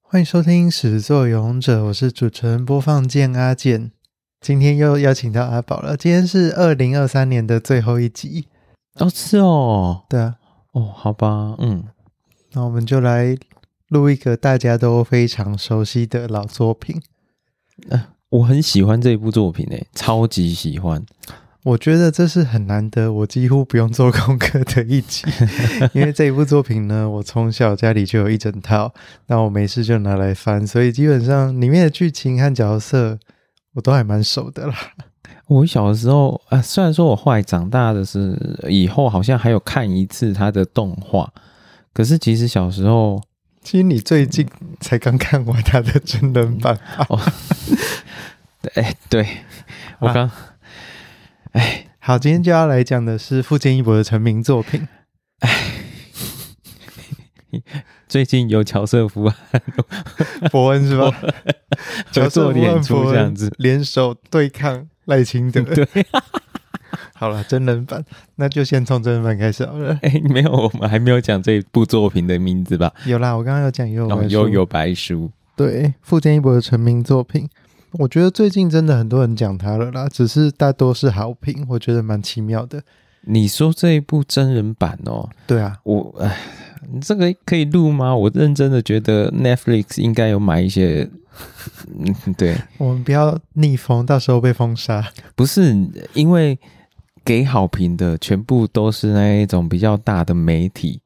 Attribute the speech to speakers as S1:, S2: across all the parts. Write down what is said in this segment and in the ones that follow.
S1: 欢迎收听《始作俑者》，我是主持人播放键阿健。今天又邀请到阿宝了，今天是二零二三年的最后一集。
S2: 哦，是哦，
S1: 对啊，
S2: 哦，好吧，嗯，
S1: 那我们就来录一个大家都非常熟悉的老作品。
S2: 我很喜欢这一部作品诶，超级喜欢。
S1: 我觉得这是很难得，我几乎不用做功课的一集，因为这一部作品呢，我从小家里就有一整套，那我没事就拿来翻，所以基本上里面的剧情和角色我都还蛮熟的啦。
S2: 我小的时候啊，虽然说我后来长大的是以后好像还有看一次它的动画，可是其实小时候
S1: 其实你最近才刚看完他的真人版吧？
S2: 哎，对
S1: 啊
S2: 我刚哎、
S1: 好，今天就要来讲的是富坚义博的成名作 品。
S2: 最近有乔瑟夫啊，
S1: 伯恩是吧？
S2: 合作演出
S1: 乔瑟夫和伯恩
S2: 这样子
S1: 联手对抗赖清 德。
S2: 对，
S1: 好了，真人版，那就先从真人版开始好了。
S2: 哎、没有，我们还没有讲这部作品的名字吧？
S1: 有啦，我刚刚有讲也有
S2: 哦，
S1: 本书
S2: 悠悠白书，
S1: 对富坚义博的成名作品，我觉得最近真的很多人讲他了啦，只是大多是好评，我觉得蛮奇妙的。
S2: 你说这一部真人版哦，
S1: 对啊，
S2: 我哎，这个可以录吗？我认真的觉得 Netflix 应该有买一些，嗯，对，
S1: 我们不要逆风，到时候被封杀。
S2: 不是因为给好评的全部都是那一种比较大的媒体，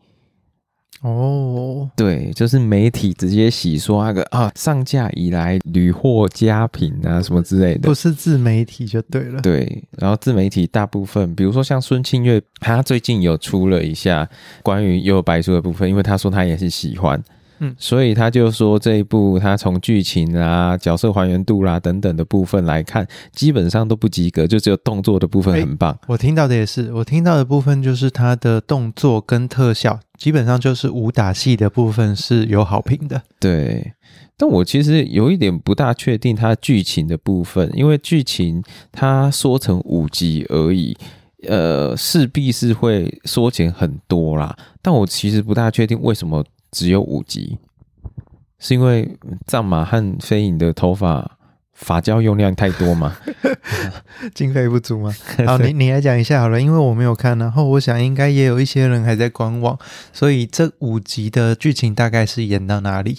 S1: 哦，
S2: 对，就是媒体直接洗说那个啊上架以来屡获佳评啊什么之类的
S1: 不。是自媒体就对了。
S2: 对，然后自媒体大部分，比如说像孙庆月，他最近有出了一下关于《幽游白书》的部分，因为他说他也是喜欢，
S1: 嗯
S2: 所以他就说这一部他从剧情啊、角色还原度啦、啊等等的部分来看，基本上都不及格，就只有动作的部分
S1: 哎
S2: 很棒。
S1: 我听到的也是，我听到的部分就是他的动作跟特效，基本上就是武打戏的部分是有好评的。
S2: 对，但我其实有一点不大确定它剧情的部分，因为剧情它缩成五集而已，呃，势必是会缩减很多啦。但我其实不大确定为什么只有五集，是因为藏马和飞影的头发发胶用量太多 吗？
S1: 经费不足吗？好，你你来讲一下好了，因为我没有看，然后我想应该也有一些人还在观望，所以这五集的剧情大概是演到哪里？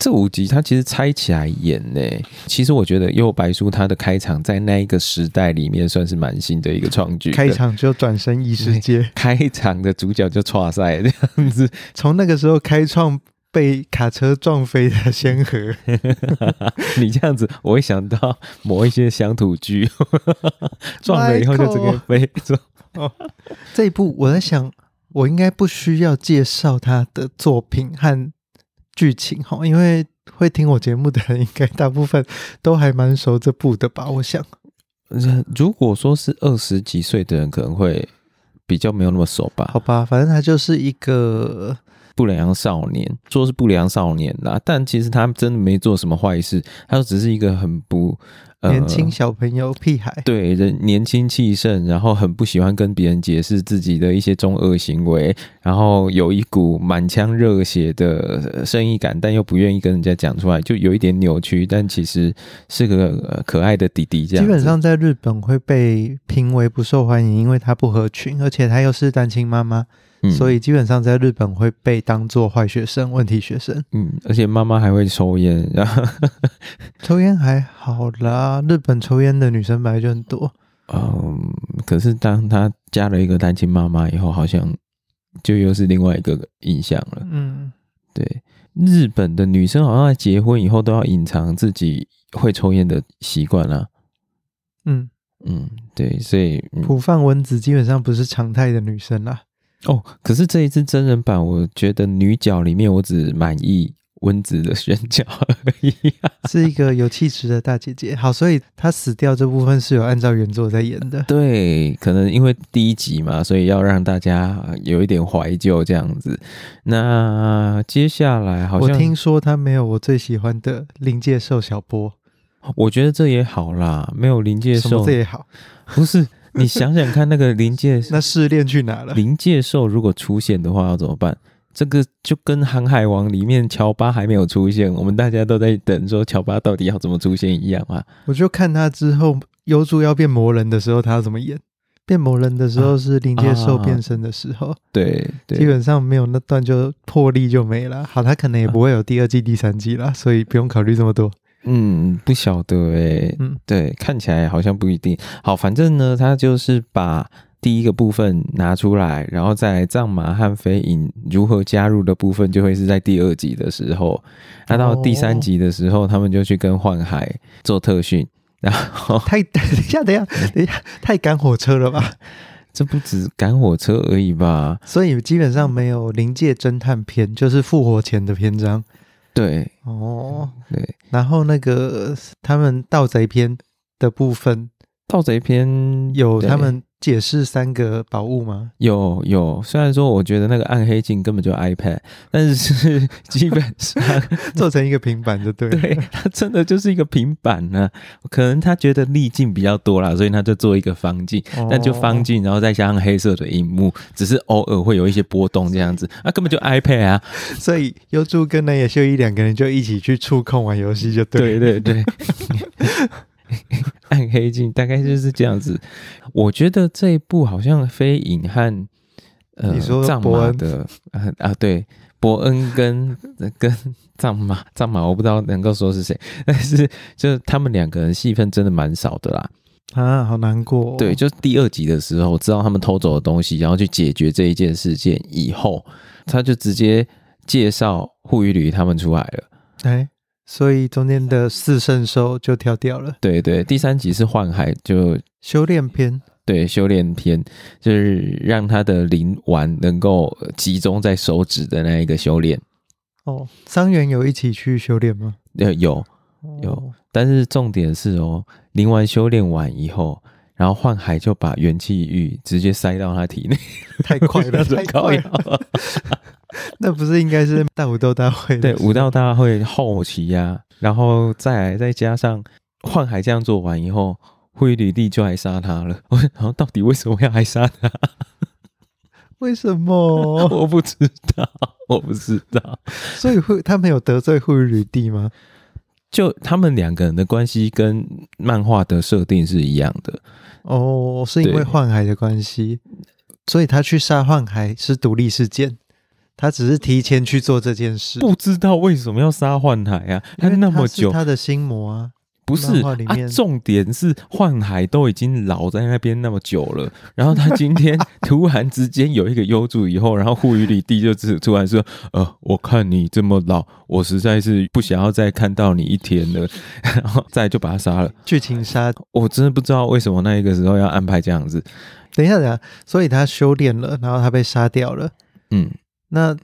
S2: 这五集它其实拆起来演呢、其实我觉得《幽游白书》它的开场在那一个时代里面算是蛮新的一个创举的。
S1: 开场就转身异世界，
S2: 开场的主角就岔赛这样子，
S1: 从那个时候开创被卡车撞飞的先河。
S2: 你这样子，我会想到某一些乡土剧， 撞了以后就整个被撞。
S1: 这一部我在想，我应该不需要介绍他的作品和剧情哈，因为会听我节目的人应该大部分都还蛮熟这部的吧，我想。
S2: 呃 如果说是二十几岁的人，可能会比较没有那么熟吧
S1: 好。吧，反正他就是一个
S2: 不良少年，说是不良少年啦，但其实他真的没做什么坏事，他就只是一个很不、呃、
S1: 年轻小朋友、屁孩。
S2: 对人年轻气盛，然后很不喜欢跟别人解释自己的一些中二行为，然后有一股满腔热血的呃正义感，但又不愿意跟人家讲出来，就有一点扭曲，但其实是个、呃可爱的弟弟这样
S1: 基
S2: 子。
S1: 本上在日本会被评为不受欢迎，因为他不合群，而且他又是单亲妈妈，
S2: 嗯，
S1: 所以基本上在日本会被当做坏学生、问题学生。
S2: 嗯，而且妈妈还会抽烟，然后
S1: 抽烟还好啦，日本抽烟的女生本来就很多。
S2: 嗯，可是当他加了一个单亲妈妈以后，好像就又是另外一个印象了。
S1: 嗯，
S2: 对，日本的女生好像在结婚以后都要隐藏自己会抽烟的习惯啊啦。
S1: 嗯，
S2: 嗯，对，所以、嗯、
S1: 浦饭文子基本上不是常态的女生 啦。
S2: 哦，可是这一次真人版，我觉得女角里面我只满意温子的选角而已、
S1: 是一个有气质的大姐姐。好，所以她死掉这部分是有按照原作在演的。
S2: 对，可能因为第一集嘛，所以要让大家有一点怀旧这样子。那接下来好
S1: 我
S2: 像
S1: 听说她没有我最喜欢的临界兽小波，
S2: 我觉得这也好啦，没有临界
S1: 什么
S2: 兽
S1: 这，也好。
S2: 不是你想想看，那个临界
S1: 那试炼去哪了？
S2: 临界兽如果出现的话要怎么办？这个就跟《航海王》里面乔巴还没有出现，我们大家都在等说乔巴到底要怎么出现一样啊。
S1: 我就看他之后优助要变魔人的时候，他要怎么演。变魔人的时候是临界兽变身的时候，
S2: 对啊对，
S1: 基本上没有那段就魄力就没了。好，他可
S2: 啊
S1: 能也不会有第二季、第三季啦，所以不用考虑这么多。
S2: 嗯，不晓得哎、
S1: 嗯
S2: 对，看起来好像不一定。好，反正呢，他就是把第一个部分拿出来，然后在藏马和飞影如何加入的部分，就会是在第二集的时候。那到第三集的时候，他们就去跟幻海做特训，然后
S1: 太 等一下，等一下，等一下，太赶火车了吧？
S2: 这不止赶火车而已吧？
S1: 所以基本上没有临界侦探篇，就是复活前的篇章
S2: 对
S1: 哦。
S2: 对，
S1: 然后那个呃他们盗贼篇的部分，
S2: 盗贼篇
S1: 有
S2: 对
S1: 他们解释三个宝物 吗？
S2: 有有，虽然说我觉得那个暗黑镜根本就 iPad，但是基本 上。
S1: 做成一个平板就对了。
S2: 对他真的就是一个平板呢、可能他觉得粒径比较多啦，所以他就做一个方镜，
S1: 哦
S2: 那就方镜，然后再加上黑色的荧幕，只是偶尔会有一些波动这样子，啊，根本就 iPad 啊，
S1: 所以优助跟南野秀一两个人就一起去触控玩游戏就对了。
S2: 对对 对，暗黑镜大概就是这样子。我觉得这一部好像飞影和呃
S1: 你说
S2: 藏
S1: 伯
S2: 马
S1: 恩
S2: 的啊啊对，伯恩跟呃跟藏马藏马，我不知道能够说是谁，但是就是他们两个人戏份真的蛮少的啦。
S1: 啊，好难过、
S2: 对，，就是第二集的时候，知道他们偷走的东西，然后去解决这一件事件以后，他就直接介绍护鱼旅他们出来了。
S1: 哎，所以中间的四圣兽就跳掉了。
S2: 对对，第三集是幻海，就
S1: 修炼篇，
S2: 对修炼篇，就是让他的灵丸能够呃集中在手指的那一个修炼。
S1: 哦，伤员有一起去修炼吗？
S2: 呃，有，有
S1: 哦
S2: 但是重点是哦，灵丸修炼完以后。然后幻海就把元气玉直接塞到他体内，
S1: 太快 了，太
S2: 高
S1: 快了！那不是应该是大武斗大会的
S2: 对，武道大会后期呀、然后再来再加上幻海这样做完以后，惠吕帝就来杀他了。 我然后到底为什么要来杀他？
S1: 为什么？
S2: 我不知道， 我不知道。
S1: 所以会他们有得罪护旅帝吗？
S2: 就他们两个人的关系跟漫画的设定是一样的，
S1: 哦，是因为
S2: 对
S1: 幻海的关系，所以他去杀幻海是独立事件，他只是提前去做这件事。
S2: 不知道为什么要杀幻海啊？
S1: 因为
S2: 那么
S1: 他是
S2: 久，
S1: 他的心魔啊，
S2: 不是
S1: 漫画里
S2: 啊
S1: 面？
S2: 重点是幻海都已经老在那边那么久 了，然后他今天 突然之间有一个优助以后，然后护宇里帝就突突然说：“呃，我看你这么老，我实在是不想要再看到你一天了。”然后再就把他杀了。
S1: 剧情杀。
S2: 我真的不知道为什么那一个时候要安排这样子。
S1: 等一下，等一下，所以他修炼了，然后他被杀掉了。
S2: 嗯，
S1: 那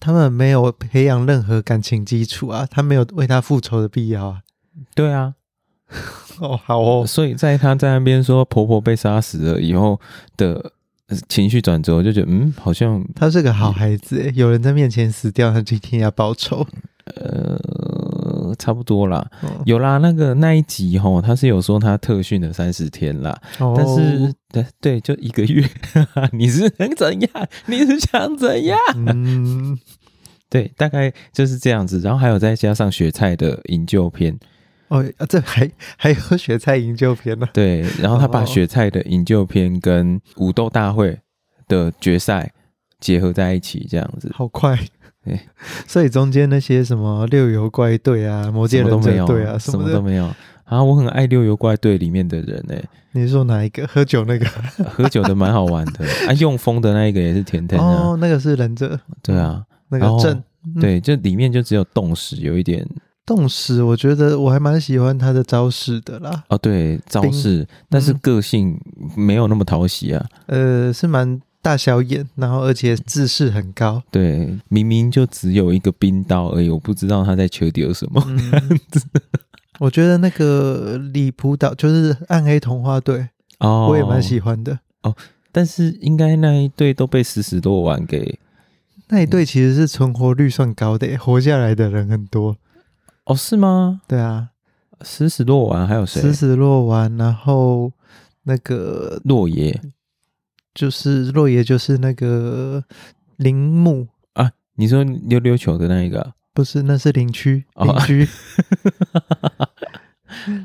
S1: 他们没有培养任何感情基础啊，他没有为他复仇的必要啊。
S2: 对啊，
S1: 哦，好哦，
S2: 所以在他在那边说婆婆被杀死了以后的呃情绪转折，我就觉得嗯，好像
S1: 他是个好孩子
S2: 嗯
S1: 耶，有人在面前死掉，他今天要报仇。
S2: 呃差不多啦。
S1: 哦
S2: 有啦，那个那一集吼，他是有说他特训了三十天啦，但是
S1: 哦
S2: 对对，就一个月， 你是能怎样？你是想怎样？
S1: 嗯，
S2: 对，大概就是这样子。然后还有再加上雪菜的营救篇，
S1: 哦，啊这还还有雪菜营救篇呢、
S2: 对，然后他把
S1: 哦
S2: 雪菜的营救篇跟武斗大会的决赛结合在一起，这样子。
S1: 好快
S2: 对。
S1: 所以中间那些什么六游怪队啊、魔
S2: 什
S1: 界
S2: 么都
S1: 忍
S2: 没
S1: 者
S2: 有，
S1: 队啊
S2: 什
S1: 么
S2: 么
S1: 的
S2: 都，没有啊！我很爱六游怪队里面的人呢、
S1: 你是说哪一个？喝酒那个？
S2: 喝酒的蛮好玩 的啊，用风的那一个也是甜甜啊，
S1: 哦，那个是忍者，
S2: 对啊，
S1: 那
S2: 然后
S1: 个镇。嗯
S2: 对，就里面就只有冻死，有一点
S1: 冻死，我觉得我还蛮喜欢他的招式的啦。
S2: 哦，对招
S1: 冰
S2: 式，但是
S1: 嗯
S2: 个性没有那么讨喜啊。
S1: 呃，是蛮大小眼，然后而且自视很高。
S2: 对，明明就只有一个冰刀而已，我不知道他在求丢什么。
S1: 嗯，我觉得那个李普岛就是暗黑童话队，
S2: 哦，
S1: 我也蛮喜欢的。
S2: 但是应该那一队都被死死多丸给
S1: 那一队其实是存活率算高的耶，活下来的人很多。
S2: 哦，是吗？
S1: 对啊，
S2: 死死多丸还有谁
S1: 死？死落完，然后那个
S2: 落叶
S1: 就是落叶，就是那个铃木，
S2: 啊，你说溜溜球的那一个，啊
S1: 不是，那是邻居，
S2: 哦
S1: 邻 居。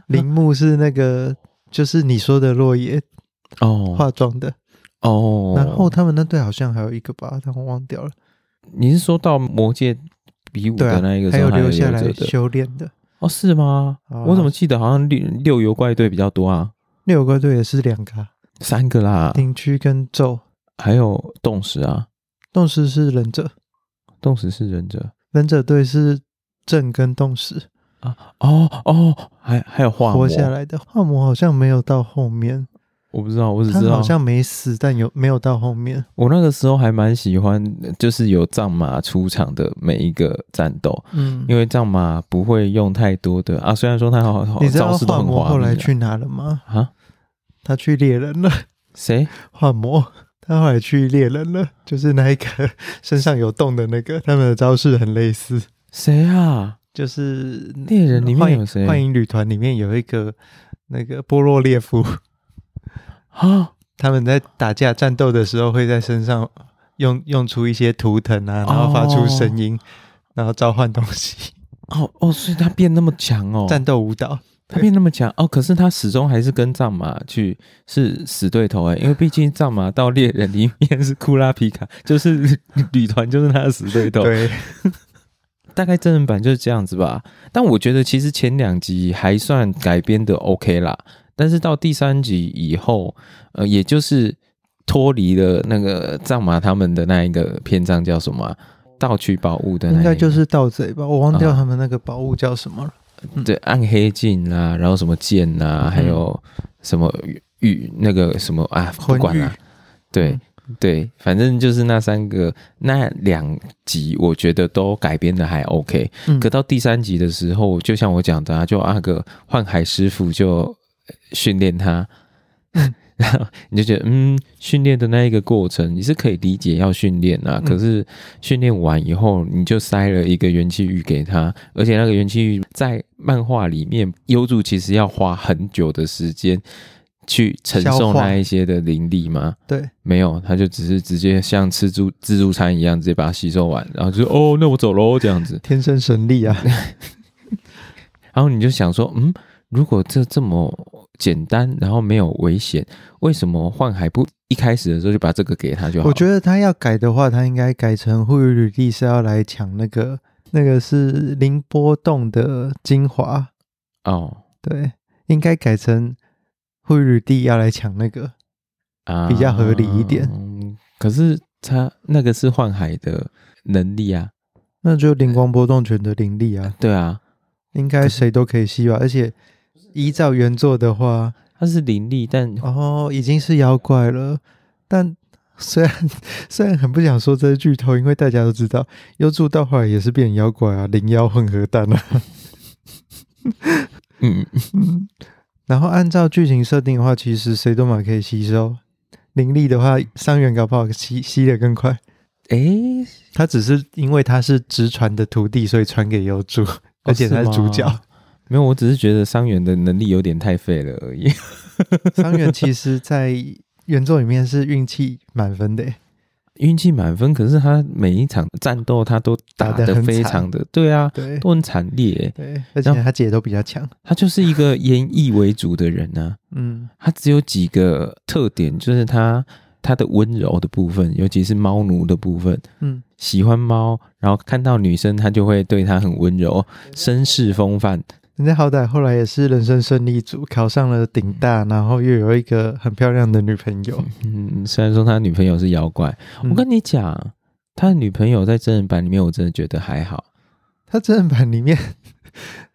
S1: 铃木是那个，就是你说的落叶
S2: 哦
S1: 化妆的。
S2: 哦，
S1: 然后他们那队好像还有一个吧，但我忘掉了。
S2: 你是说到魔界比武
S1: 对啊
S2: 的那一个，
S1: 还
S2: 时候还
S1: 留下
S2: 留
S1: 来
S2: 着的
S1: 修炼的。
S2: 哦，是吗？
S1: 哦
S2: 我怎么记得好像六六游怪队比较多啊，
S1: 六个队也是两个啊，
S2: 三个啦，
S1: 邻居跟咒。
S2: 还有冻石啊，
S1: 动石是忍者，
S2: 冻石是忍者
S1: 忍者队是正跟动石
S2: 啊，哦哦，还还有化魔
S1: 活下，来的。化魔好像没有到后面，
S2: 我不知道，我只
S1: 他
S2: 知道
S1: 好像没死，但有没有到后面？
S2: 我那个时候还蛮喜欢，就是有藏马出场的每一个战斗。
S1: 嗯，
S2: 因为藏马不会用太多的啊，虽然说他好好
S1: 你知道
S2: 招式都
S1: 化
S2: 很
S1: 魔
S2: 华丽啊
S1: 后来去哪了吗？
S2: 啊，
S1: 他去猎人了。
S2: 谁
S1: 幻魔，他后来去猎人了，就是那一个 身上有洞的那个，他们的招式很类似，
S2: 谁啊？
S1: 就是
S2: 猎人里
S1: 幻
S2: 面
S1: 影
S2: 有谁
S1: 幻影旅团里面有一个那个波洛列夫，
S2: 啊？
S1: 他们在打架战斗的时候会在身上用用出一些图腾啊，然后发出声音。然后召唤东西，
S2: 哦哦，所以他变那么强哦，
S1: 战斗舞蹈，
S2: 他变那么强哦，可是他始终还是跟藏马去是死对头哎，因为毕竟藏马到猎人里面是库拉皮卡，就是旅团就是他的死对头，
S1: 对，
S2: 大概真人版就是这样子吧。但我觉得其实前两集还算改编的 OK 啦，但是到第三集以后，呃，也就是脱离了那个藏马他们的那一个篇章叫什么啊、盗取宝物的那一
S1: 应
S2: 个，
S1: 该就是盗贼吧，我忘掉
S2: 啊
S1: 他们那个宝物叫什么了。
S2: 对暗黑镜啊，然后什么剑啊，还有什么玉那个什么啊，不
S1: 魂
S2: 管了、
S1: 玉
S2: 对对，反正就是那三个那两集，我觉得都改编的还 OK。
S1: 嗯
S2: 可到第三集的时候，就像我讲的、啊，就阿哥幻海师傅就呃训练他，
S1: 嗯
S2: 然后你就觉得，嗯，训练的那一个过程你是可以理解要训练啊，
S1: 嗯
S2: 可是训练完以后，你就塞了一个元气玉给他，而且那个元气玉在漫画里面，优助其实要花很久的时间去承
S1: 消
S2: 受
S1: 化
S2: 那一些的灵力吗？
S1: 对，
S2: 没有，他就只是直接像吃自助自助餐一样，直接把它吸收完，然后就说哦，那我走喽这样子。
S1: 天生神力啊，
S2: 然后你就想说，嗯，如果这这么简单，然后没有危险，为什么幻海不一开始的时候就把这个给他就好了？
S1: 我觉得他要改的话，他应该改成护宇履历是要来抢那个那个是凌波动的精华，
S2: 得哦
S1: 对，应该改成护宇履历要来抢那个，
S2: 啊，
S1: 比较合理一点
S2: 嗯可是他那个是幻海的能力啊，
S1: 那就灵光波动拳的灵力啊，
S2: 对啊，
S1: 应该谁都可以吸吧。而且依照原作的话，
S2: 他是灵力，但
S1: 哦，已经是妖怪了，但。虽然虽然很不想说这是剧透，因为大家都知道，幽助到后来也是变妖怪啊，灵妖混合蛋啊，
S2: 嗯，
S1: 嗯，然后按照剧情设定的话，其实谁都蛮可以吸收。灵力的话，伤员搞不好吸吸的更快。
S2: 诶，
S1: 他只是因为他是直传的徒弟，所以传给优助，而且他是主角
S2: 哦 是。吗没有，我只是觉得伤员的能力有点太废了而已。
S1: 伤员其实在原作里面是运气满分的耶，
S2: 运气满分，可是他每一场战斗他都打
S1: 打得
S2: 得
S1: 很
S2: 非
S1: 惨
S2: 常的，对啊，
S1: 对
S2: 都很惨烈欸。
S1: 对，而且他姐都比较强。
S2: 他就是 一个演绎为主的人啊，
S1: 嗯，
S2: 他只有几个特点，就是他他的温柔的部分，尤其是猫奴的部分，
S1: 嗯，
S2: 喜欢猫，然后看到女生他就会对她很温柔，绅士风范。
S1: 人家好歹后来也是人生胜利组，考上了顶大，然后又有一个很漂亮的女朋友。
S2: 嗯，虽然说他女朋友是妖怪，我跟
S1: 嗯、
S2: 你讲，他的女朋友在真人版里面，我真的觉得还好。
S1: 他真人版里面，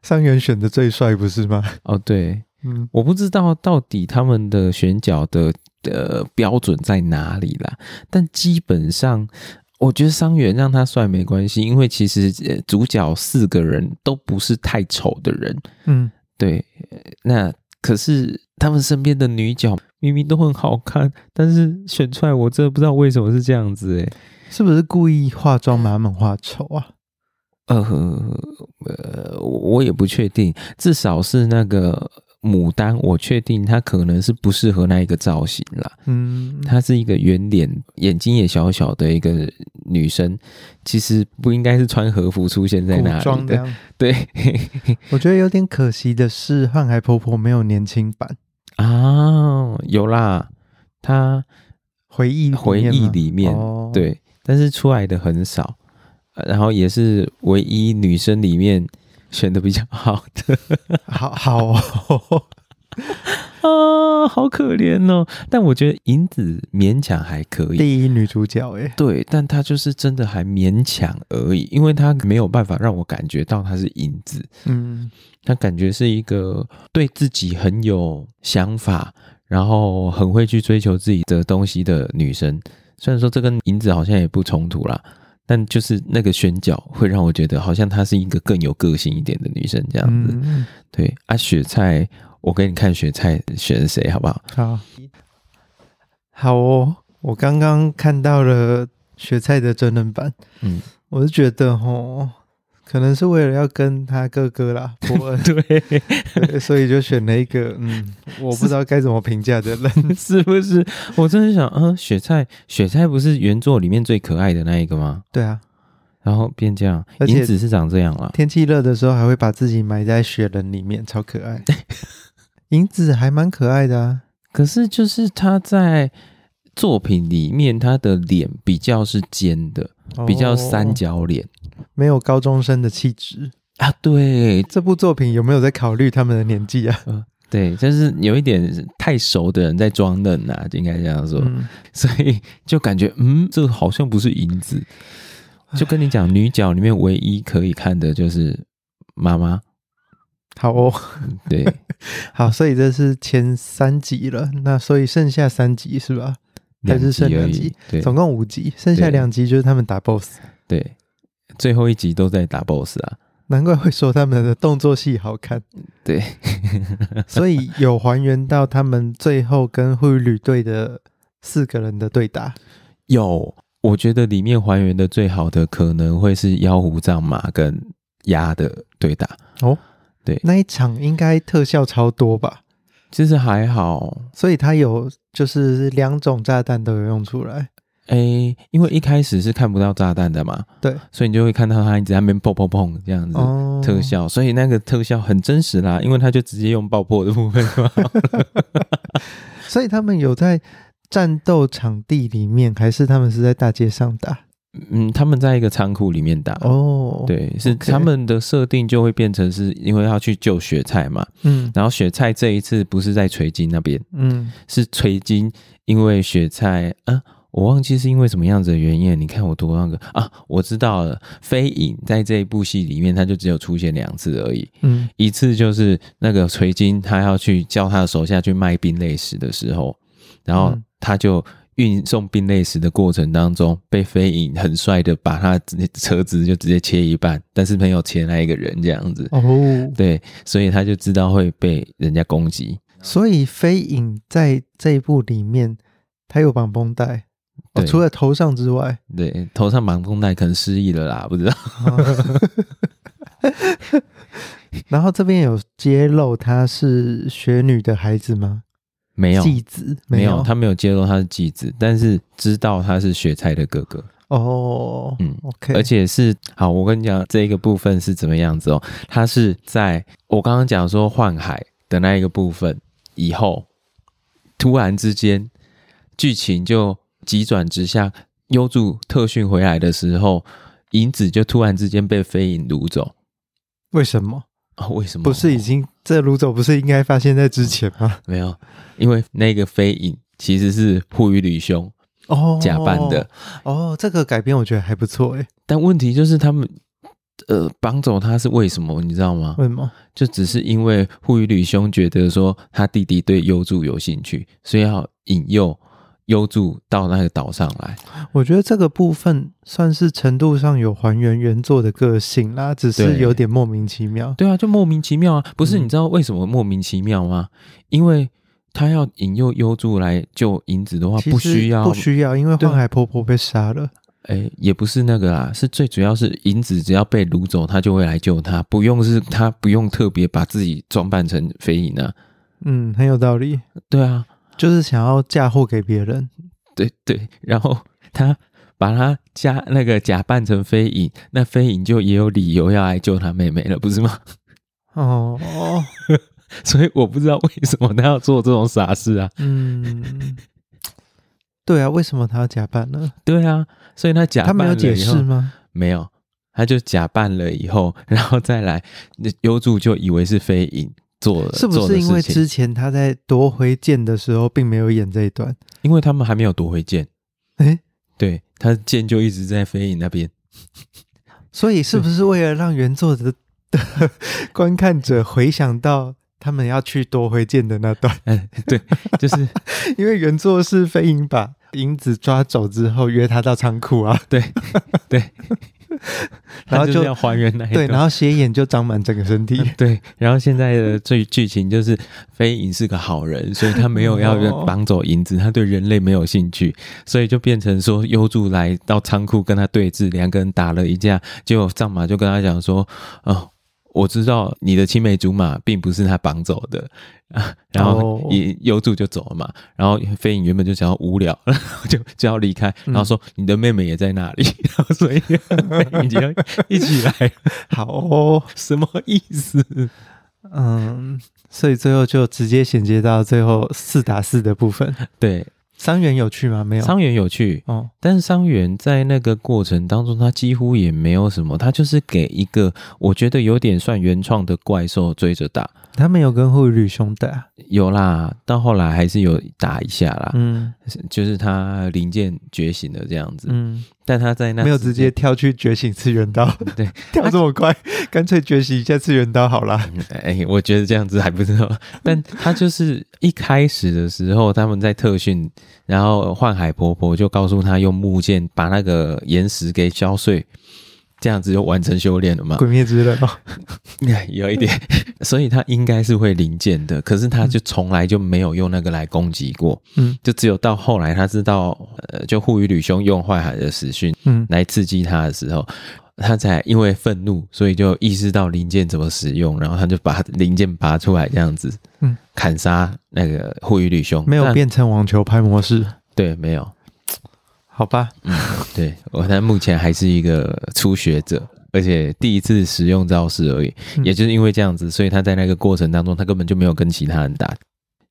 S1: 伤员选的最帅不是吗？
S2: 哦，对，
S1: 嗯，
S2: 我不知道到底他们的选角的呃标准在哪里啦，但基本上。我觉得伤员让他帅没关系，因为其实呃主角四个人都不是太丑的人，
S1: 嗯，
S2: 对。呃那可是他们身边的女角明明都很好看，但是选出来我真的不知道为什么是这样子哎、
S1: 是不是故意化妆把他们化丑啊？
S2: 呃呃，我我也不确定，至少是那个牡丹，我确定她可能是不适合那一个造型啦。
S1: 嗯，
S2: 她是一个圆脸，眼睛也小小的一个女生其实不应该是穿和服出现在那
S1: 古
S2: 里
S1: 装
S2: 的。
S1: 的。
S2: 对
S1: 我觉得有点可惜的是，汉海婆婆没有年轻版，
S2: 啊，有啦，她
S1: 回忆里
S2: 回
S1: 面
S2: 忆
S1: 吗
S2: 里面
S1: 哦、，
S2: 对，但是出来的很少，呃然后也是唯一女生里面选的比较好的
S1: 好 好哦，
S2: 啊，好可怜哦。但我觉得银子勉强还可以，
S1: 第一女主角哎、
S2: 对，但她就是真的还勉强而已，因为她没有办法让我感觉到她是银子，
S1: 嗯，
S2: 她感觉是一个对自己很有想法，然后很会去追求自己的东西的女生。虽然说这跟银子好像也不冲突啦，但就是那个宣教会让我觉得好像她是一个更有个性一点的女生这样子。
S1: 嗯，
S2: 对啊，雪菜，我给你看雪菜选谁好不好？
S1: 好，好哦。我刚刚看到了雪菜的真人版，
S2: 嗯，，
S1: 我是觉得吼，可能是为了要跟他哥哥啦，伯恩
S2: 对，
S1: 对所以就选了一个嗯，我不知道该怎么评价的人。
S2: 是不是？我真的想，嗯、雪菜，雪菜不是原作里面最可爱的那一个吗？
S1: 对啊，
S2: 然后变这样，
S1: 而且
S2: 银子是长这样了。
S1: 天气热的时候还会把自己埋在雪人里面，超可 爱。银子还蛮可爱的啊，
S2: 可是就是他在作品里面，他的脸比较是尖的，
S1: 哦
S2: 比较三
S1: 角，
S2: 角脸、
S1: 哦没有高中生的气质。
S2: 啊。对
S1: 这部作品有没有在考虑他们的年纪啊？
S2: 对，就是有一点太熟的人在装嫩啊，应该这样说，
S1: 嗯，
S2: 所以就感觉嗯，这好像不是银子。就跟你讲，女角里面唯一可以看的就是 妈妈，
S1: 好哦，
S2: 对，
S1: 好，所以这是前三集了，那所以剩下三集是吧？还
S2: 两
S1: 是剩
S2: 集而
S1: 两
S2: 已
S1: 集，
S2: 对
S1: 总共五集，剩下
S2: 对
S1: 两集就是他们打 BOSS。
S2: 对，最后一集都在打 BOSS 啊，
S1: 难怪会说他们的动作戏好看，
S2: 对，
S1: 所以有还原到他们最后跟护旅队的四个人的对打。
S2: 有，我觉得里面还原的最好的可能会是妖狐藏马跟鸭的对打，
S1: 那一场应该特效超多吧？
S2: 其实还好。
S1: 所以它有就是两种炸弹都有用出来。
S2: 诶，因为一开始是看不到炸弹的嘛，
S1: 对，
S2: 所以你就会看到他一直在那边砰砰砰这样子、
S1: 哦，
S2: 嗯特效，所以那个特效很真实啦，因为他就直接用爆破的部 分嘛。
S1: 所以他们有在战斗场地里面，还是他们是在大街上打？
S2: 嗯，他们在一个仓库里面打，
S1: 哦，，
S2: 嗯对，是
S1: OK
S2: 他们的设定就会变成是因为要去救雪菜嘛，
S1: 嗯
S2: 然后雪菜这一次不是在锤金那边，
S1: 嗯，
S2: 是垂金，因为雪菜啊，我忘记是因为什么样子的原因了。你看我多那个啊，我知道了。飞影在这一部戏里面，他就只有出现两次而已，
S1: 嗯
S2: 一次就是那个垂金，他要去叫他的手下去卖冰类石的时候，然后
S1: 嗯
S2: 他就。运送冰类石的过程当中，被飞影很帅的把他的车子就直接切一半，但是没有切那一个人这样子。
S1: 哦，
S2: 对，所以他就知道会被人家攻击。
S1: 所以飞影在这一部里面，他有绑绷带，哦，
S2: 对
S1: 除了头上之外，
S2: 对，头上绑绷带可能失忆了啦，不知道。
S1: 然后这边有揭露她是雪女的孩子吗？
S2: 没有，
S1: 继子
S2: 没
S1: 有，
S2: 他没有揭露他是继子，但是知道他是雪菜的哥哥，
S1: 哦，
S2: 嗯
S1: ，OK，
S2: 而且是好。我跟你讲，这一个部分是怎么样子哦？他是在我刚刚讲说幻海的那一个部分以后，突然之间剧情就急转直下。优助特训回来的时候，银子就突然之间被飞影掳走。
S1: 为什么
S2: 哦，为什么？
S1: 不是已经这掳走不是应该发现在之前吗？
S2: 没有，因为那个飞影其实是护与吕兄
S1: 哦，
S2: 假扮的，
S1: 哦，这个改编我觉得还不错欸诶。
S2: 但问题就是他们呃绑走他是为什么，你知道吗？
S1: 为什么？
S2: 就只是因为护与吕兄觉得说他弟弟对幽助有兴趣，所以要引诱幽助到那个岛上来。
S1: 我觉得这个部分算是程度上有还原原作的个性啦，只是
S2: 对
S1: 有点莫名其妙。
S2: 对啊，就莫名其妙啊！不是，
S1: 嗯
S2: 你知道为什么莫名其妙吗？因为他要引诱幽助来救银子的话，
S1: 其
S2: 不
S1: 实
S2: 需要，
S1: 不需要，因为
S2: 对
S1: 幻海婆婆被杀了。
S2: 哎，也不是那个啦，是最主要是银子只要被掳走，他就会来救他，不用是他不用特别把自己装扮成飞影啊。
S1: 嗯，很有道理，
S2: 对啊，
S1: 就是想要嫁祸给别人。
S2: 对对，然后他把他加那个假扮成飞影，那飞影就也有理由要来救他妹妹了，不是吗？
S1: 哦哦，
S2: 所以我不知道为什么他要做这种傻事啊。
S1: 嗯，对啊，为什么他要假扮呢？
S2: 对啊，所以他假
S1: 他
S2: 扮
S1: 没
S2: 了
S1: 有解
S2: 以后
S1: 释吗？
S2: 没有，他就假扮了以后，然后再来，那优助就以为是飞影做了，
S1: 是不
S2: 做的
S1: 是因为
S2: 事情
S1: 之前他在夺回剑的时候并没有演这一段？
S2: 因为他们还没有夺回剑，
S1: 诶
S2: 对他剑就一直在飞影那边，
S1: 所以
S2: 嗯
S1: 是不是为了让原作的的 观看者回想到他们要去夺回剑的那段？
S2: 嗯，对，就是
S1: 因为原作是飞影把银子抓走之后约他到仓库啊，
S2: 对对，
S1: 然后
S2: 他
S1: 就是
S2: 要还原那一
S1: 对，
S2: 段。
S1: 然后斜眼就长满整个身体
S2: 对，然后现在的最剧情就是飞影是个好人，所以他没有要
S1: 哦
S2: 绑走银子，他对人类没有兴趣，所以就变成说优助来到仓库跟他对峙，两个人打了一架，结果藏马就跟他讲说，哦。我知道你的青梅竹马并不是他绑走的，啊，然后
S1: 哦
S2: 也优助就走了嘛，然后飞影原本就想要无聊，然后 就就要离开，然
S1: 嗯
S2: 后说你的妹妹也在那里， 然后所以飞影就一起来，
S1: 好哦，
S2: 什么意思？
S1: 嗯，所以最后就直接衔接到最后四打四的部分。
S2: 对，
S1: 伤员有去吗？没有。
S2: 伤员有趣，
S1: 哦，
S2: 但是伤员在那个过程当中，他几乎也没有什么，他就是给一个我觉得有点算原创的怪兽追着打，
S1: 他们有跟护旅兄啊打。
S2: 有啦，到后来还是有打一下啦，
S1: 嗯
S2: 就是他零件觉醒了这样子，
S1: 嗯，
S2: 但他在那
S1: 没有直接跳去觉醒次元刀，
S2: 对，啊
S1: 跳这么快，干脆觉醒一下次元刀好啦。
S2: 哎、我觉得这样子还不错。 但他就是一开始的时候，他们在特训，然后幻海婆婆就告诉他用木剑把那个岩石给敲碎，这样子就完成修炼了嘛。
S1: 鬼灭之刃哦，
S2: 有一点，所以他应该是会零剑的，可是他就从来就没有用那个来攻击过，
S1: 嗯
S2: 就只有到后来他知道，呃，就护宇吕兄用坏海的死讯
S1: 嗯
S2: 来刺激他的时候，他才因为愤怒，所以就意识到零件怎么使用，然后他就把零件拔出来，这样子，
S1: 嗯，
S2: 砍杀那个护宇吕兄，
S1: 没有
S2: 但
S1: 变成网球拍模式，
S2: 对，没有，
S1: 好吧？
S2: 对我他目前还是一个初学者，而且第一次使用招式而已。
S1: 嗯
S2: 也就是因为这样子，所以他在那个过程当中，他根本就没有跟其他人打。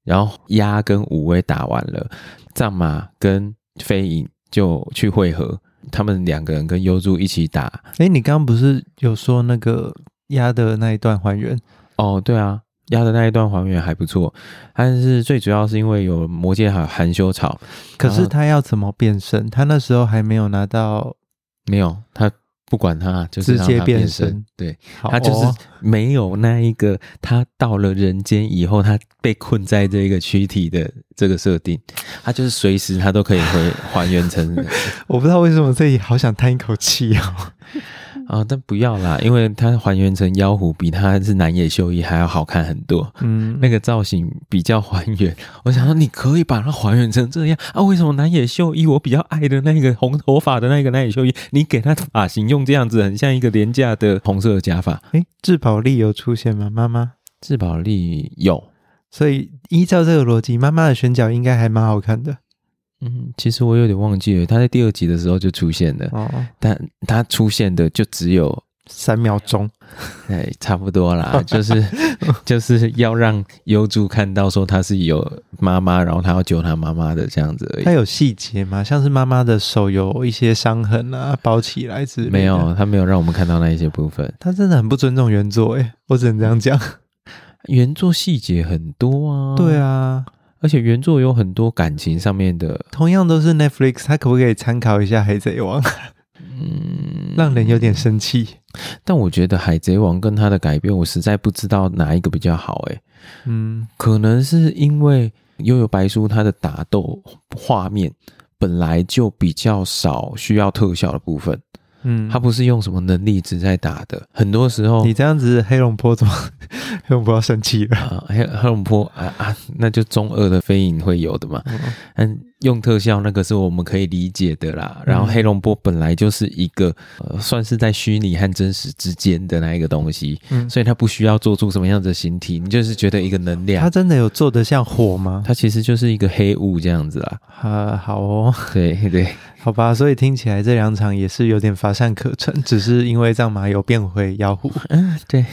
S2: 然后鸭跟五威打完了，藏马跟飞影就去汇合，他们两个人跟优助一起打。
S1: 哎，你刚刚不是有说那个鸭的那一段还原？
S2: 哦，对啊。鸭的那一段还原还不错，但是最主要是因为有魔界含含羞草，
S1: 可
S2: 然
S1: 是
S2: 后
S1: 他要怎么变身？他那时候还没有拿到，
S2: 没有他不管他，就是
S1: 直
S2: 让
S1: 接
S2: 他
S1: 变
S2: 变身，
S1: 身
S2: 对，
S1: 好
S2: 他就是
S1: 哦
S2: 没有那一个，他到了人间以后，他被困在这个躯体的这个设定，他就是随时他都可以回还 原成人
S1: 我不知道为什么这里好想叹一口气哦。
S2: 啊，但不要啦，因为他还原成妖狐比他是南野秀一还要好看很多，
S1: 嗯，
S2: 那个造型比较还原。我想说，你可以把它还原成这样啊？为什么南野秀一我比较爱的那个红头发的那个南野秀一，你给他发型用这样子，很像一个廉价的红色的假发？
S1: 哎，质保力有出现吗？妈妈，
S2: 质保力有。
S1: 所以依照这个逻辑，妈妈的选角应该还蛮好看的
S2: 嗯，其实我有点忘记了，他在第二集的时候就出现了，
S1: 哦，
S2: 但他出现的就只有，
S1: 三秒钟。
S2: 哎，差不多啦，就是 就是要让优助看到说他是有妈妈，然后他要救他妈妈的这样子而
S1: 它
S2: 已。
S1: 有细节吗？像是妈妈的手有一些伤痕啊，包起来之类的
S2: 没有，，他没有让我们看到那一些部分。
S1: 他真的很不尊重原作诶、欸我只能这样讲。
S2: 原作细节很多啊，
S1: 对，啊，
S2: 而且原作有很多感情上面的，
S1: 同样都是 Netflix，它可不可以参考一下《海贼王》
S2: 嗯，
S1: 让人有点生气。
S2: 但我觉得《海贼王》跟他的改编，我实在不知道哪一个比较好、欸，
S1: 嗯，
S2: 可能是因为悠悠白书它的打斗画面本来就比较少需要特效的部分，
S1: 嗯，
S2: 它不是用什么能力值在打的，很多时候
S1: 你这样子，黑龙波怎么 黑龙波要生气了？
S2: 啊，黑黑龙坡啊啊，那就中二的飞影会有的嘛，
S1: 嗯
S2: 嗯，用特效那个是我们可以理解的啦。然
S1: 嗯
S2: 后黑龙波本来就是一个、呃、算是在虚拟和真实之间的那一个东西，
S1: 嗯
S2: 所以它不需要做出什么样子的形体，你就是觉得一个能量
S1: 它，真的有做得像火吗？
S2: 它其实就是一个黑雾这样子啦。
S1: 啊，好哦，
S2: 对对，
S1: 好吧，所以听起来这两场也是有点乏善可陈， 只是因为藏马有变回妖 狐，
S2: 嗯对，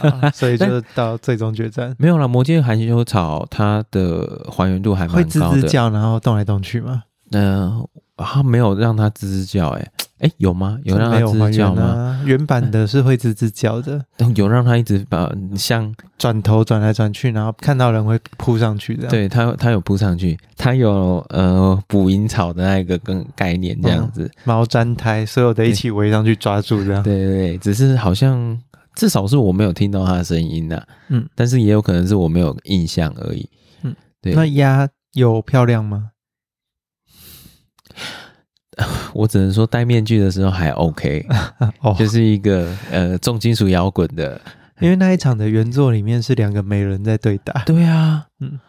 S1: 啊所以就到最终决战。
S2: 没有啦，魔界含羞草它的还原度 还
S1: 会
S2: 蛮
S1: 吱
S2: 高
S1: 吱
S2: 的。
S1: 叫，然后动来动去吗？
S2: 嗯、它没有让它吱吱叫、欸，哎哎，有吗？有让它
S1: 没有
S2: 吱吱
S1: 还
S2: 叫
S1: 原
S2: 吗？
S1: 啊？ 原版的是会吱吱叫的，
S2: 有让它一直把像
S1: 转头转来转去，然后看到人会扑上去的。，
S2: 对它它有扑上去，它有呃捕蝇草的那一个跟概念这样子。
S1: 猫粘胎，所有的一起围上去抓住这样。
S2: 对对对，只是好像至少是我没有听到它的声音呐、
S1: 嗯，
S2: 但是也有可能是我没有印象而已。
S1: 嗯，
S2: 对。
S1: 那鸭有漂亮吗？
S2: 我只能说戴面具的时候还 OK，
S1: 哦，
S2: 就是一个呃重金属摇滚的。
S1: 因为那一场的原作里面是两个美人在对打，
S2: 对啊，嗯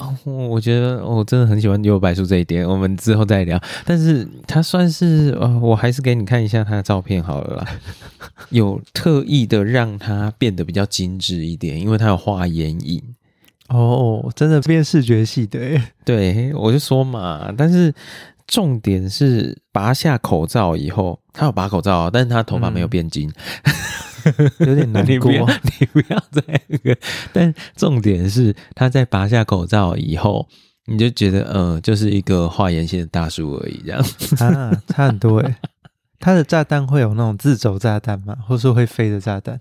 S1: 嗯。
S2: 我我觉得我真的很喜欢有白素这一点，我们之后再聊。但是他算是呃，我还是给你看一下他的照片好了啦。 有特意的让他变得比较精致一点，因为他有画眼影。
S1: 哦，真的变视觉系的欸耶。
S2: 对，我就说嘛，但是重点是拔下口罩以后，他有拔口罩啊，但是他头发没有
S1: 嗯
S2: 变金，
S1: 有点难
S2: 你不
S1: 过。
S2: 要， 你不要这样。但重点是，他在拔下口罩以后，你就觉得，呃，就是一个画眼线的大叔而已，这样。
S1: 啊，差很多 哎。它的炸弹会有那种自走炸弹吗？或是会飞的炸弹？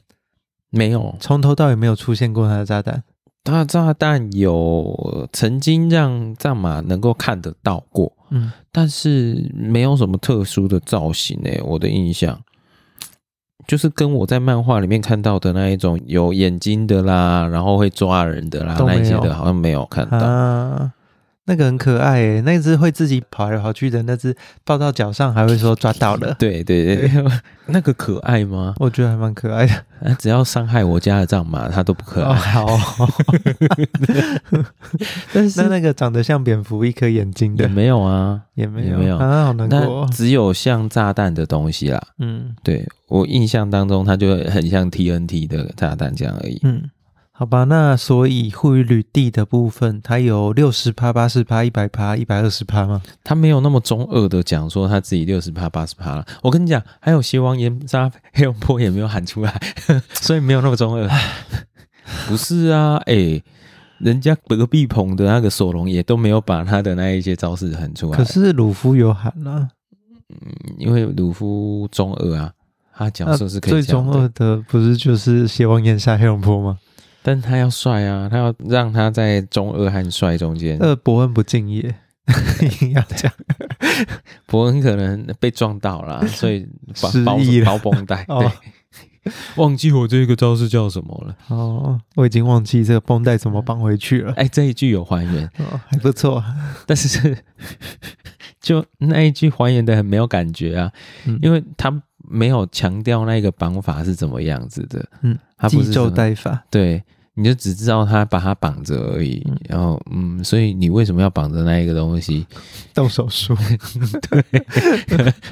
S2: 没有，
S1: 从头到尾没有出现过它的炸弹。
S2: 他炸弹有曾经让战马能够看得到过，
S1: 嗯，
S2: 但是没有什么特殊的造型诶、我的印象。就是跟我在漫画里面看到的那一种有眼睛的啦，然后会抓人的啦，
S1: 都没
S2: 那
S1: 有
S2: 一些的，好像没有看到。
S1: 啊，那个很可爱诶，那只会自己跑来跑去的那只，抱到脚上还会说抓到了，
S2: 对 对对，那个可爱吗？
S1: 我觉得还蛮可爱的。
S2: 啊，只要伤害我家的藏马，它都不可
S1: 哦，
S2: 爱。
S1: 好 哦
S2: 但
S1: 那那个长得像蝙蝠一颗眼睛
S2: 也
S1: 的
S2: 没有啊，
S1: 也没
S2: 也
S1: 有
S2: 没有
S1: 啊，好难过
S2: 那
S1: 哦。
S2: 只有像炸弹的东西啦。
S1: 嗯
S2: 对我印象当中，它就很像 TNT 的炸弹这样而已。
S1: 嗯，好吧，那所以护与履地的部分，它有六十趴、八十趴、一百趴、一百二十趴吗？
S2: 他没有那么中二的讲说他自己六十趴八十趴了。我跟你讲，还有西王岩沙黑龙坡也没有喊出来， 所以没有那么中二。不是啊，哎、人家隔壁棚的那个索隆也都没有把他的那一些招式喊出来。
S1: 可是鲁夫有喊啊，
S2: 因为鲁夫中二啊，他讲
S1: 那
S2: 说是可
S1: 呃最
S2: 以讲
S1: 中
S2: 的，
S1: 二的不是就是邪王炎杀黑龙坡吗？
S2: 但他要帅啊，他要让他在中二和帅中间。
S1: 呃，伯恩不敬业， 硬要讲
S2: 伯恩可能被撞到 啦，所以把
S1: 失
S2: 包
S1: 忆了
S2: 包 绷带，
S1: 哦
S2: 对，忘记我这个招式叫什么了。
S1: 哦，我已经忘记这个绷带怎么绑回去了。
S2: 哎，这一句有还原，
S1: 哦，还不错，
S2: 但是是就那一句还原的很没有感觉啊，
S1: 嗯
S2: 因为他没有强调那个绑法是怎么样子的，
S1: 嗯，
S2: 他
S1: 急
S2: 不是什
S1: 救
S2: 么
S1: 带法，
S2: 对，你就只知道他把他绑着而已。
S1: 嗯
S2: 然后，嗯，所以你为什么要绑着那一个东西？
S1: 动手术，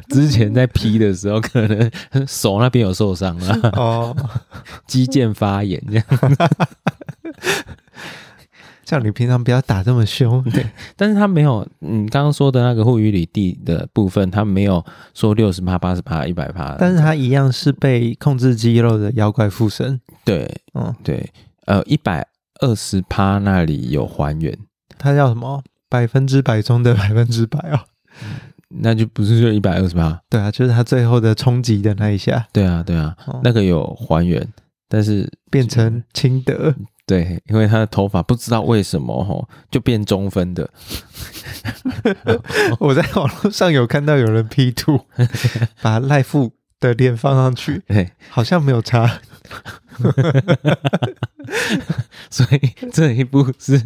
S2: 之前在劈的时候，可能手那边有受伤了，
S1: 哦，
S2: 肌腱发炎这样。
S1: 叫你平常不要打这么凶，
S2: 但是他没有，你刚刚说的那个护与里地的部分，他没有说六十趴、八十趴、一百趴。
S1: 但是他一样是被控制肌肉的妖怪附身，
S2: 对
S1: 嗯，
S2: 对，呃，一百二十趴那里有还原，
S1: 他叫什么？百分之百中的 百分之百哦，
S2: 那就不是就一百二十趴。
S1: 对啊，就是他最后的冲击的那一下，
S2: 对啊，对啊，
S1: 哦
S2: 那个有还原，但是
S1: 变成轻德，
S2: 对，因为他的头发不知道为什么吼就变中分的，
S1: 我在网络上有看到有人 P 图，把赖富的脸放上去，
S2: 对，
S1: 好像没有差。
S2: 所以这一部是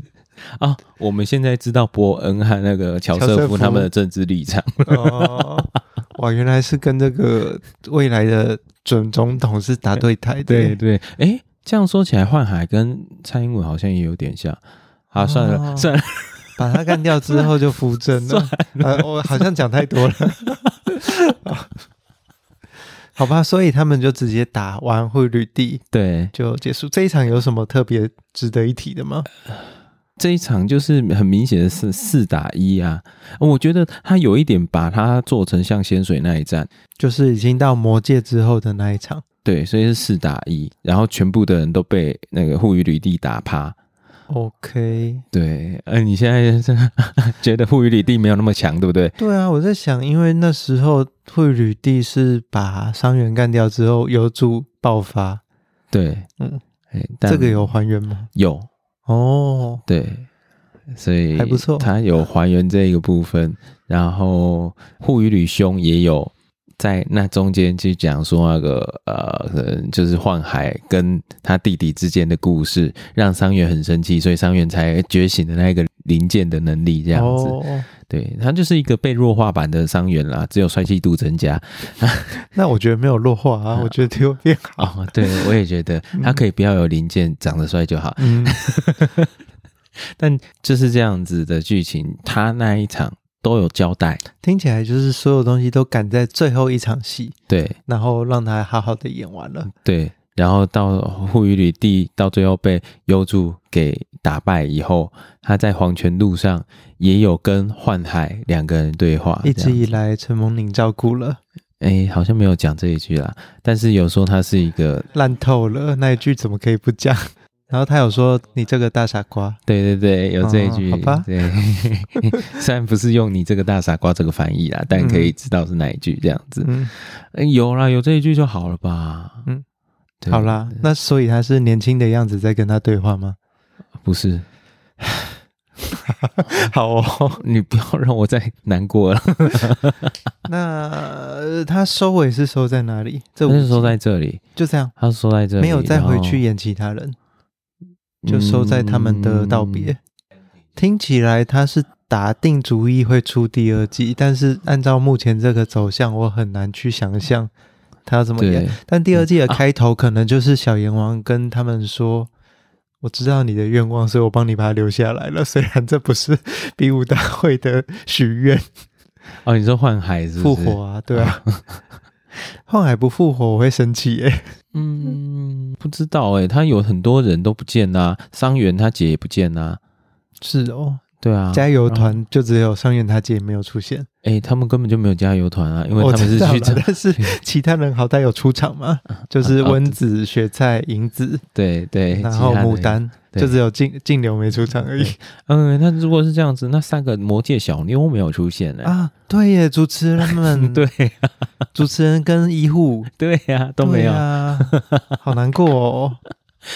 S2: 啊，我们现在知道伯恩和那个乔
S1: 乔
S2: 瑟
S1: 瑟
S2: 夫
S1: 夫
S2: 他们的政治立场，
S1: 哦， 哇，原来是跟这个未来的准总统是打 对台的。
S2: 对，诶，这样说起来，幻海跟蔡英文好像也有点像。啊，算了、
S1: 哦
S2: 算了，
S1: 把它干掉之后就扶正 了。呃，我好像讲太多了。 好吧，所以他们就直接打完汇率地
S2: 对，
S1: 就结束。这一场有什么特别值得一提的吗？
S2: 这一场就是很明显的是四打一啊，我觉得他有一点把它做成像仙水那一战，
S1: 就是已经到魔界之后的那一场，
S2: 对，所以是四打一，然后全部的人都被那个护宇吕地打趴。
S1: OK，
S2: 对，呃，你现在真的 觉得护宇吕地没有那么强，对不对？
S1: 对啊，我在想，因为那时候惠吕帝是把伤员干掉之后，有主爆发，
S2: 对，
S1: 嗯，
S2: 哎但
S1: 这个有还原吗？
S2: 有
S1: 哦，
S2: 对，所以
S1: 还不错
S2: 他有还原这一个部分，然后护宇吕兄也有在那中间去讲说那个呃，可能就是幻海跟他弟弟之间的故事，让伤员很生气，所以伤员才觉醒的那个零件的能力这
S1: 这
S2: 样子。
S1: 哦、
S2: 对，他就是一个被弱化版的伤员啦，只有帅气度增加。
S1: 那我觉得没有弱化啊，我觉得有变好。
S2: 哦，对，我也 觉得他可以不要有零件，长得帅就好。
S1: 嗯，
S2: 但就是这样子的剧情，他那一场都有交代。
S1: 听起来就是所有东西都赶在最后一场戏，
S2: 对
S1: 然后让他好好的演完了。
S2: 对，然后到护宇吕帝到最后被幽助给打败以后，他在黄泉路上也有跟幻海两个人对话。
S1: 一
S2: 这
S1: 直
S2: 样
S1: 以来，陈蒙宁照顾了，
S2: 哎，好像没有讲这一句啦，但是有说他是一个，
S1: 烂透了那一句怎么可以不 讲？然后他有说：“你这个大傻瓜。
S2: 对对对，有这一句。
S1: 哦好吧
S2: 对， 虽然不是用你这个大傻瓜这个翻译啦，但可以知道是哪一句这样”子。
S1: 嗯，
S2: 哎有啦，有这一句就好了吧？
S1: 嗯
S2: 对，
S1: 好啦，那所以他是年轻的样子在跟他对话吗？
S2: 不是。
S1: 好哦，
S2: 你不要让我再难过了。
S1: 那、呃他收尾是收在哪里？这
S2: 他
S1: 五
S2: 是
S1: 集
S2: 收在这里，
S1: 就这样，
S2: 他是收在这里，
S1: 没有再回去
S2: 然
S1: 演其他人，
S2: 后，嗯
S1: 就收在他们的道别。听起来他是打定主意会出第二季，但是按照目前这个走向，我很难去想象他要怎
S2: 嗯。
S1: 么演
S2: 对。，
S1: 但第二季的开头可能就是小阎王跟他们说。我知道你的愿望，所以我帮你把它留下来了。虽然这不是 比武大会的许愿，
S2: 哦，你说换海是
S1: 复
S2: 不是
S1: 活？啊，对 啊。幻海不复活，我会生气耶、
S2: 嗯，不知道哎、他有很多人都不见啦、伤员他姐也不见啦、
S1: 是哦，
S2: 对啊，
S1: 加油
S2: 然后！
S1: 团就只有上元他姐没有出现，哦
S2: 哎、他们根本就没有加油团啊，因为
S1: 我
S2: 他们
S1: 知
S2: 是
S1: 道
S2: 去啊
S1: 了
S2: 找
S1: 但是其他人好歹有出场嘛，就是温子、雪菜、银子，
S2: 对对，
S1: 然
S2: 其
S1: 后
S2: 他的
S1: 牡。丹，
S2: 对
S1: 就只有静静流没出场而已
S2: 嗯，那如果是这样子，那三个魔界小妞没有出现呢、
S1: 啊。嗯对耶，主持人们，
S2: 对啊
S1: 主持人跟医护
S2: 对呀、都没有。
S1: 对啊，好难过哦。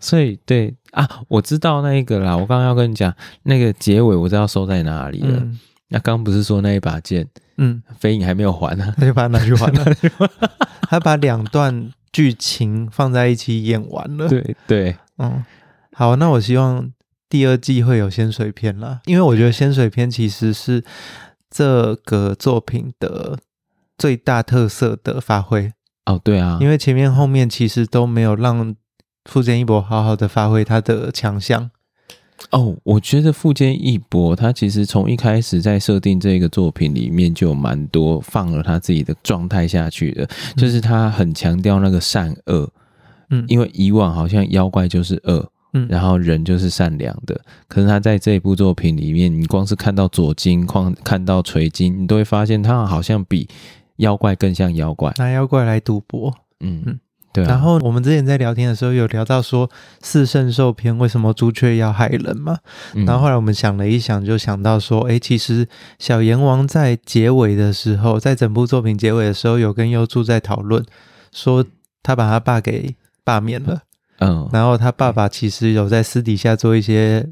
S2: 所以对啊，我知道那一个啦。我刚刚要跟你讲，那个结尾我知道收在哪里了。
S1: 嗯
S2: 那刚不是说那一把剑
S1: 嗯，
S2: 飞影还没有还 啊？
S1: 那就把它拿去还 了。他把两段剧情放在一起演完了。
S2: 对对，
S1: 嗯，好，那我希望第二季会有仙水篇啦，因为我觉得仙水篇其实是这个作品的最大特色的发挥，
S2: 哦对啊，
S1: 因为前面后面其实都没有让富坚义博好好的发挥他的强项。
S2: 哦，我觉得富坚义博他其实从一开始在设定这个作品里面就有蛮多放了他自己的状态下去的，就是他很强调那个善恶，
S1: 嗯，
S2: 因为以往好像妖怪就是恶，
S1: 嗯
S2: 然后人就是善良的。可是他在这一部作品里面，你光是看到左金，光看到垂金，你都会发现他好像比妖怪更像妖怪。
S1: 拿妖怪来赌博，
S2: 嗯，
S1: 嗯
S2: 对啊。
S1: 然后我们之前在聊天的时候有聊到说四圣兽篇为什么朱雀要害人嘛，
S2: 嗯，
S1: 然后后来我们想了一想，就想到说，诶，其实小阎王在结尾的时候，在整部作品结尾的时候，有跟优助在讨论，说他把他爸给罢免了，
S2: 嗯，
S1: 然后他爸爸其实有在私底下做一些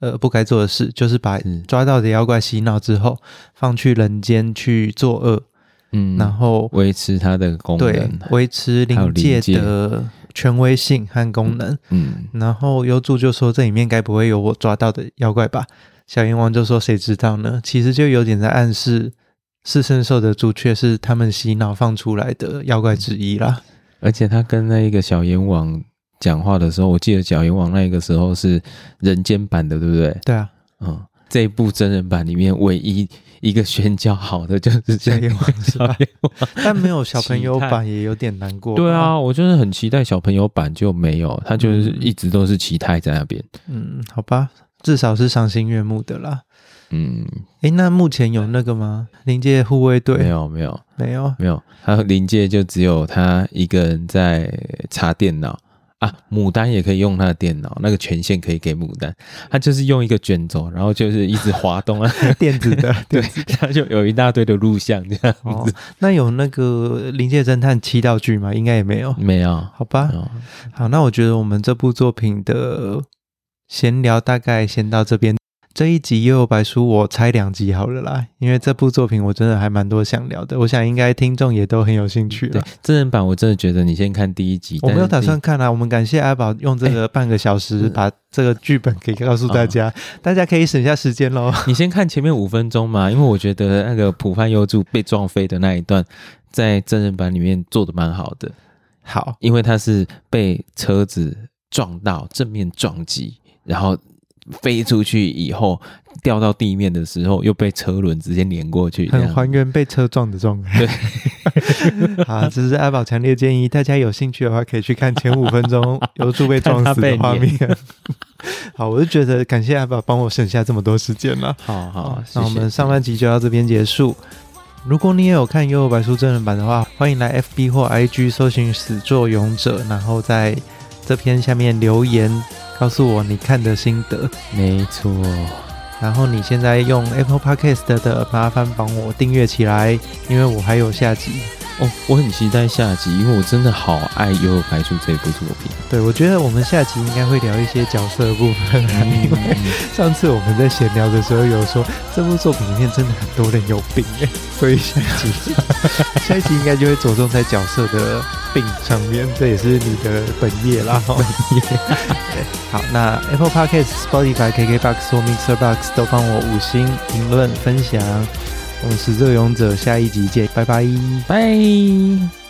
S1: 呃不该做的事，就是把
S2: 是
S1: 抓到的妖怪洗脑之后，放去人间去作恶，
S2: 嗯，
S1: 然后
S2: 维持他的功
S1: 对
S2: 能。
S1: 维持
S2: 还有
S1: 灵
S2: 灵
S1: 界
S2: 界
S1: 的权威性和功能。
S2: 嗯，
S1: 然后优助就说：“这里面该不会有我抓到的妖怪吧？”小阎王就说：“谁知道呢？”其实就有点在暗示四圣兽的朱雀是他们洗脑放出来的妖怪之一啦。
S2: 而且他跟那一个小阎王讲话的时候，我记得小阎王那个时候是人间版的，对不对？
S1: 对啊，
S2: 嗯，这一部真人版里面唯一一个宣教好的就是
S1: 小野
S2: 王小野王。
S1: 但没有小朋友
S2: 期待
S1: 版也有点难过。
S2: 对，啊，我就是很期待小朋友版就没有，他就是
S1: 嗯
S2: 一直都是期待在那边。
S1: 嗯，好吧，至少是赏心悦目的啦。
S2: 嗯，
S1: 诶，那目前有那个吗？临界护卫队
S2: 没有没有
S1: 没有？
S2: 没有，他临界就只有他一个人在插电脑啊。牡丹也可以用他的电脑，那个权限可以给牡丹，他就是用一个卷轴，然后就是一直滑动 啊，
S1: 电子的
S2: 对，他就有一大堆的录像这样。
S1: 哦，那有那个《临界侦探》七道具吗？应该也没有。
S2: 没有，
S1: 好吧，
S2: 哦
S1: 好，那我觉得我们这部作品的闲聊大概先到这边。这一集又有白书，我拆两集好了啦，因为这部作品我真的还蛮多想聊的，我想应该听众也都很有兴趣
S2: 对
S1: 了。，
S2: 真人版我真的觉得你先看第一集，
S1: 我没有
S2: 但
S1: 打
S2: 是哎
S1: 算看啦、我们感谢阿宝用这个半个小时把这个剧本给告诉
S2: 啊
S1: 大家，大家可以省下时间喽。
S2: 你先看前面五分钟嘛，因为我觉得那个浦饭优助被撞飞的那一段，在真人版里面做的蛮好的，
S1: 好，
S2: 因为他是被车子撞到正面撞击，然后飞出去以后掉到地面的时候，又被车轮直接碾过去，这
S1: 很
S2: 样
S1: 还原被车撞的状态。 好，这是阿宝强烈建议大家有兴趣的话，可以去看前五分 钟油柱被撞死的画面。 好，我就觉得感谢阿宝帮我省下这么多时间了。
S2: 好好
S1: 好，，那我们上
S2: 来
S1: 半集就到这边结束。如果你也有看《幽游白书》真人版的话，欢迎来 FB 或 IG 搜寻“始作俑者”，然后在这篇下面留言告诉我你看的心得。
S2: 没错，
S1: 然后你现在用 Apple Podcast 的，麻烦帮我订阅起来，因为我还有下集。
S2: 哦，我很期待下集，因为我真的好爱《幽游白书》这部作品。
S1: 对，我觉得我们下集应该会聊一些角色的部分啊，因为 上次我们在闲聊的时候有说，这部作品里面真的很多人有病 哎，所以下一集下一集应该就会着重在角色的病上面，这也是你的本业啦。本业。好，那 Apple Podcast、Spotify、KKBox 或 Mixer Box 都帮我五星评论分享。我们始作俑者，下一集见，拜拜。
S2: 拜。